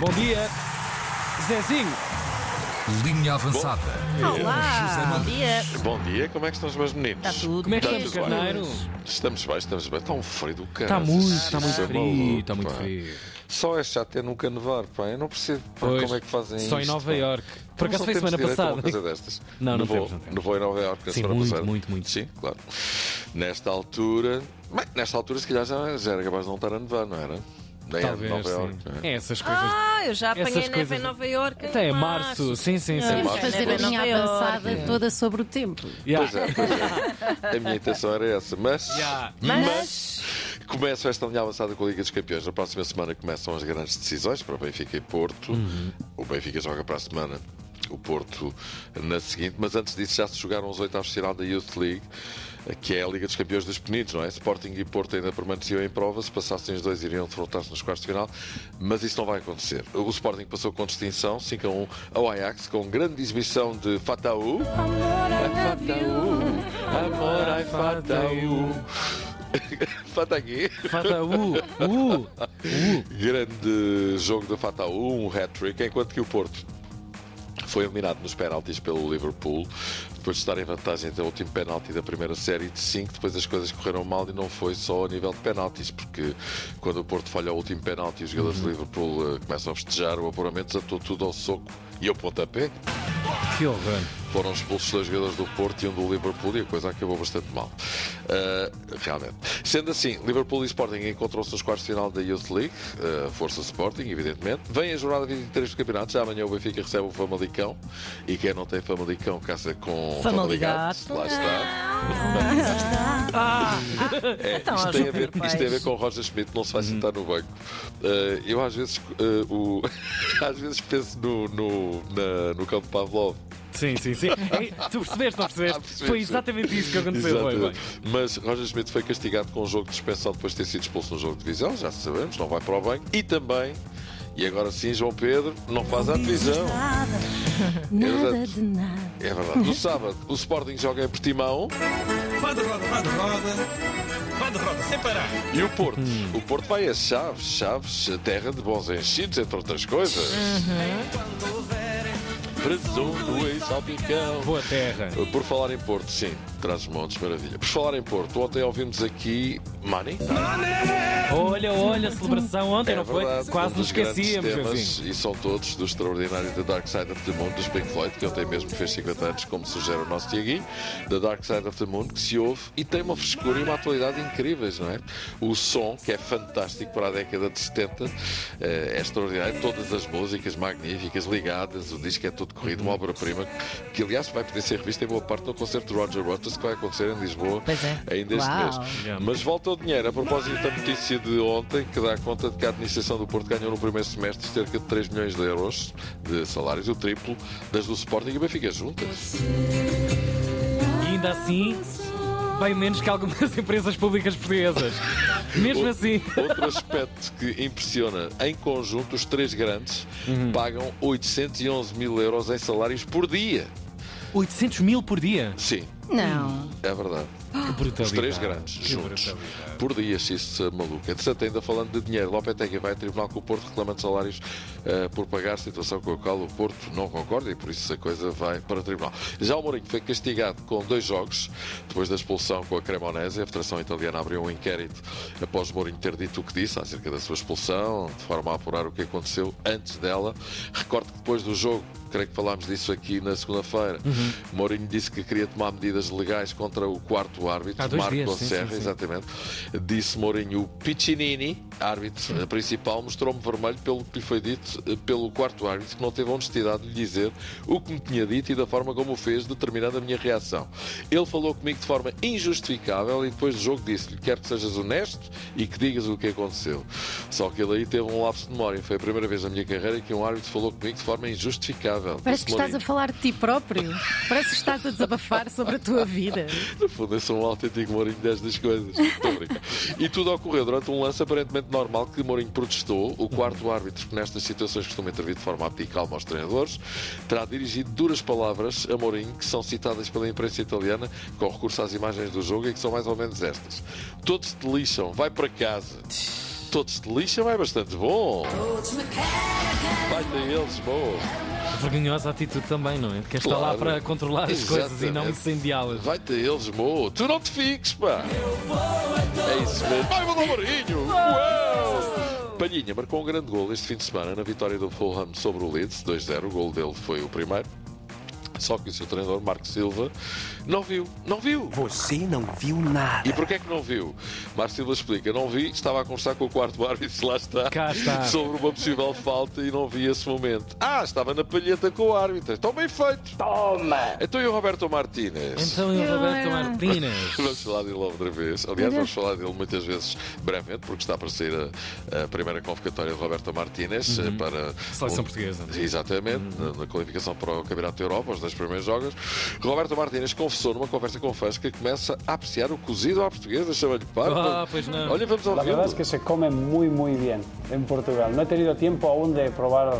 Bom dia, Zezinho. Linha avançada. José Olá, bom Nunes. dia. Bom dia, como é que estão os meus meninos? Está tudo. Como é que Está estamos, tudo bem. carneiro? Estamos bem, estamos bem. Está um frio do é cão. Está muito, está muito frio, está muito frio. Só é chato ter nunca nevar, pá. Eu não percebo pá, Pois, como é que fazem Só em isto, Nova pá. York. Por Então, acaso só foi temos é semana direito a uma passada. coisa destas. Não, não Nevou- temos, não temos. Nevou em Nova York na Sim, semana muito, passada. muito, muito. Sim, claro. Nesta altura... Bem, nesta altura se calhar já, já era capaz de não estar a nevar, não era? Nem era de Talvez, Nova York. sim. É essas coisas. Ah, eu já apanhei Essas neve coisas- em Nova Iorque. Até em é março. Sim, sim, sim. Em Vamos março. fazer a Pois. linha Nova avançada toda sobre o tempo. Yeah. Pois é, pois é. A minha intenção era essa, mas... Yeah. Mas, Começa esta linha avançada com a Liga dos Campeões. Na próxima semana começam as grandes decisões para Benfica e Porto. O Benfica joga para a semana, o Porto na seguinte. Mas antes disso, já se jogaram os oitavos de final da Youth League, que é a Liga dos Campeões dos Penidos, não é? Sporting e Porto ainda permaneciam em prova. Se passassem os dois, iriam defrontar-se nos quartos de final. Mas isso não vai acontecer. O Sporting passou com distinção, 5 a 1 ao Ajax, com grande exibição de Fataú. Fataú, amor, ai Fataú. Fatagui. Fata U, U, U. Grande jogo do Fataú, um hat-trick, enquanto que o Porto foi eliminado nos penaltis pelo Liverpool, depois de estar em vantagem até o último penalti da primeira série de 5, depois as coisas correram mal e não foi só a nível de penaltis, porque quando o Porto falha o último penalti e os jogadores do Liverpool eh, começam a festejar o apuramento, desatou tudo ao soco e ao pontapé. Que horror. Foram expulsos dois jogadores do Porto e um do Liverpool e a coisa acabou bastante mal. Ah, realmente. Sendo assim, Liverpool e Sporting encontram-se nos quartos de final da Youth League, ah, Força Sporting, evidentemente. Vem a jornada 23 do campeonato, já amanhã o Benfica recebe o Famalicão e quem não tem Famalicão casa com Famaligato. Famaligato. Lá está. É, Então, isto, ó, tem a João ver, Pedro isto tem a ver Paes. com o Roger Schmidt, não se vai sentar no banco. Ah, eu às vezes, ah, o- às vezes penso no, no, na- no campo Pavlov. Sim, sim, sim. Ei, Tu percebeste, não Ah, percebeste? percebi, Foi percebi. exatamente isso que aconteceu. Foi, Exatamente. bem. Mas Roger Schmidt foi castigado com um jogo de suspensão depois de ter sido expulso no jogo de divisão, já sabemos, não vai para o banho. E também, e agora sim, João Pedro, não faz a divisão. É Nada verdade. de nada. É verdade. No sábado, o Sporting joga em Portimão Vai de roda, vai de roda. Vai de roda, sem parar. e o Porto. Hum. O Porto vai a Chaves, Chaves, a terra de bons enchidos, entre outras coisas. Uhum. Presunto e salpicão. Boa terra. Por falar em Porto, sim, traz montes, maravilha. Por falar em Porto, ontem ouvimos aqui Mani. Olha, olha, celebração ontem, É não foi? verdade, Quase um nos dos grandes esquecíamos, temas, Joãozinho. E são todos do extraordinário The Dark Side of the Moon dos Pink Floyd, que ontem mesmo fez 50 anos, como sugere o nosso Tiaguinho. The Dark Side of the Moon, que se ouve e tem uma frescura e uma atualidade incríveis, não é? O som, que é fantástico para a década de 70, eh, é extraordinário. Todas as músicas magníficas, ligadas, o disco é todo corrido, Uhum. uma obra-prima, que aliás vai poder ser revista em boa parte no concerto de Roger Waters, que vai acontecer em Lisboa Pois é. ainda este Uau. mês. Mas volta ao dinheiro. A propósito da notícia de ontem, que dá conta de que a administração do Porto ganhou no primeiro semestre cerca de 3 milhões de euros de salários, o triplo das do Sporting e Benfica juntas. E ainda assim, bem menos que algumas empresas públicas portuguesas. Mesmo Ou- assim. Outro aspecto que impressiona, em conjunto, os três grandes pagam 811 mil euros em salários por dia. 800 mil por dia? Sim, Não. é verdade. Que brutalidade. Os três grandes, Que juntos. brutalidade. Por dia, se isso é maluco. Entretanto, ainda falando de dinheiro, Lopetegui vai a tribunal com o Porto reclamando salários eh, por pagar, situação com a qual o Porto não concorda e por isso a coisa vai para o tribunal. Já o Mourinho foi castigado com dois jogos, depois da expulsão com a Cremonese. A Federação Italiana abriu um inquérito após Mourinho ter dito o que disse acerca da sua expulsão, de forma a apurar o que aconteceu antes dela. Recordo que depois do jogo, creio que falámos disso aqui na segunda-feira, Uhum. Mourinho disse que queria tomar medidas legais contra o quarto árbitro, Há dois Marco dias, sim, Serra, sim, sim. Exatamente. Disse Mourinho, o Piccinini, árbitro eh, principal, mostrou-me vermelho pelo que lhe foi dito eh, pelo quarto árbitro, que não teve a honestidade de lhe dizer o que me tinha dito e da forma como o fez, determinando a minha reação. Ele falou comigo de forma injustificável e depois do jogo disse-lhe: quero que sejas honesto e que digas o que aconteceu. Só que ele aí teve um lapso de memória. Foi a primeira vez na minha carreira que um árbitro falou comigo de forma injustificável. Parece que Disse estás Mourinho. a falar de ti próprio. Parece que estás a desabafar sobre a tua vida. No fundo, eu sou um autêntico Mourinho destas coisas. Estou a brincar. e tudo ocorreu durante um lance aparentemente normal que Mourinho protestou. O quarto árbitro, que nestas situações costuma intervir de forma apta e calma aos treinadores, terá dirigido duras palavras a Mourinho, que são citadas pela imprensa italiana com recurso às imagens do jogo e que são mais ou menos estas. Todos te lixam, vai para casa. Todos te lixam é bastante bom. Todos me querem, Baitem eles, boa. Vergonhosa atitude também, não é? De quem está lá Claro. para controlar as coisas e não Exatamente. incendiá-las. Vai-te a eles, mo. Tu não te fiques, pá. É isso mesmo. Vai, mandou o Marinho. Uau! Palhinha marcou um grande gol este fim de semana na vitória do Fulham sobre o Leeds, 2-0. O gol dele foi o primeiro. Só que o seu treinador, Marco Silva, não viu. Não viu. Você não viu nada. E porquê é que não viu? Marco Silva explica. Não vi, estava a conversar com o quarto árbitro, lá está, Cá está. sobre uma possível falta e não vi esse momento. Ah, estava na palheta com o árbitro. Então bem feito. Toma! Então e o Roberto Martínez? Então e o Eu Roberto era- Martínez? Vamos falar dele outra vez. Aliás, vamos falar dele muitas vezes brevemente, porque está a aparecer a, a primeira convocatória de Roberto Martínez eh, para. Uhum. Seleção o- portuguesa. é? Uhum. Exatamente, na, na qualificação para o Campeonato da Europa, os dois primeiros jogos. Roberto Martínez confessou numa conversa com fãs que começa a apreciar o cozido à portuguesa, chama-lhe parvo. Ah, pois não. Olha, vamos La ouvir. verdad es que se come muy muy bien en Portugal. No he tenido tiempo aún de probar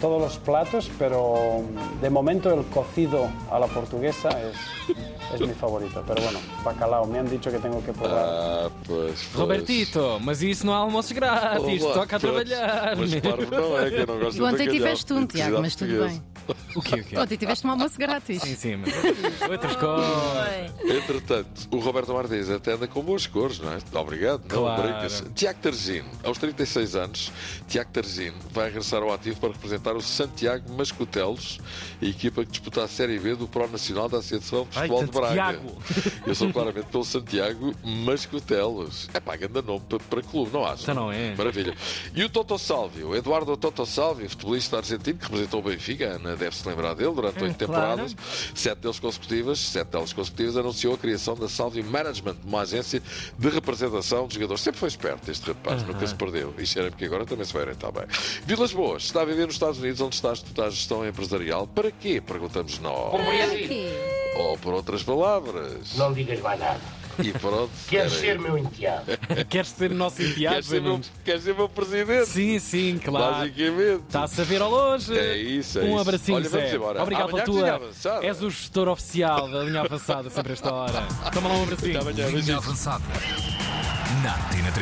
todos los platos, pero de momento el cocido a la portuguesa es, es mi favorito. Pero bueno, bacalao, me han dicho que tengo que probar. Ah, pois, pois. Robertito, mas isso não há almoços grátis, Olá, toca a pois. trabalhar. Mas parvo não é, que eu não gosto Tu ontem de bacalhau. tiveste um, Tiago, mas tudo bem. O quê, o quê? Ontem tiveste um almoço grátis. Sim, sim, mas outras Ah. coisas. Entretanto, o Roberto Martins até anda com boas cores, não é? Obrigado, Claro. não brincas. Tiago Targino, aos 36 anos, Tiago Targino vai regressar ao ativo para representar o Santiago Mascutelos, a equipa que disputa a Série B do Pro Nacional da Associação de Futebol de Braga. Santiago. Eu sou claramente pelo Santiago Mascutelos. É pá, grande nome para, para clube, não acho? Então não é. Maravilha. E o Toto Salvio, Eduardo Toto Salvio, futebolista argentino que representou o Benfica, a Ana deve-se lembrar dele durante Hum, oito temporadas, sete deles consecutivas, sete delas consecutivas, anunciou a criação da Salvio Management, uma agência de representação de jogadores. Sempre foi esperto este rapaz, nunca se perdeu. E cheira-me que agora também se vai orientar bem. Vilas Boas, está a viver nos Estados Unidos, onde está a estudar gestão empresarial. Para quê? Perguntamos nós. Ou por outras palavras. Não digas mais nada. E pronto. Queres era ser meu enteado? Queres ser nosso isso. enteado? Queres ser, Zé meu, Nunes? queres ser meu presidente? Sim, sim, claro. Tá Basicamente. Está a saber ao longe. É isso, é um isso. abracinho, Olha, vamos Zé. embora. Obrigado Amanhã pela linha tua. avançada. És o gestor oficial da linha avançada sempre a esta hora. Toma lá um abracinho. Até amanhã, Linha beijinhos. avançada. Na Tina 3.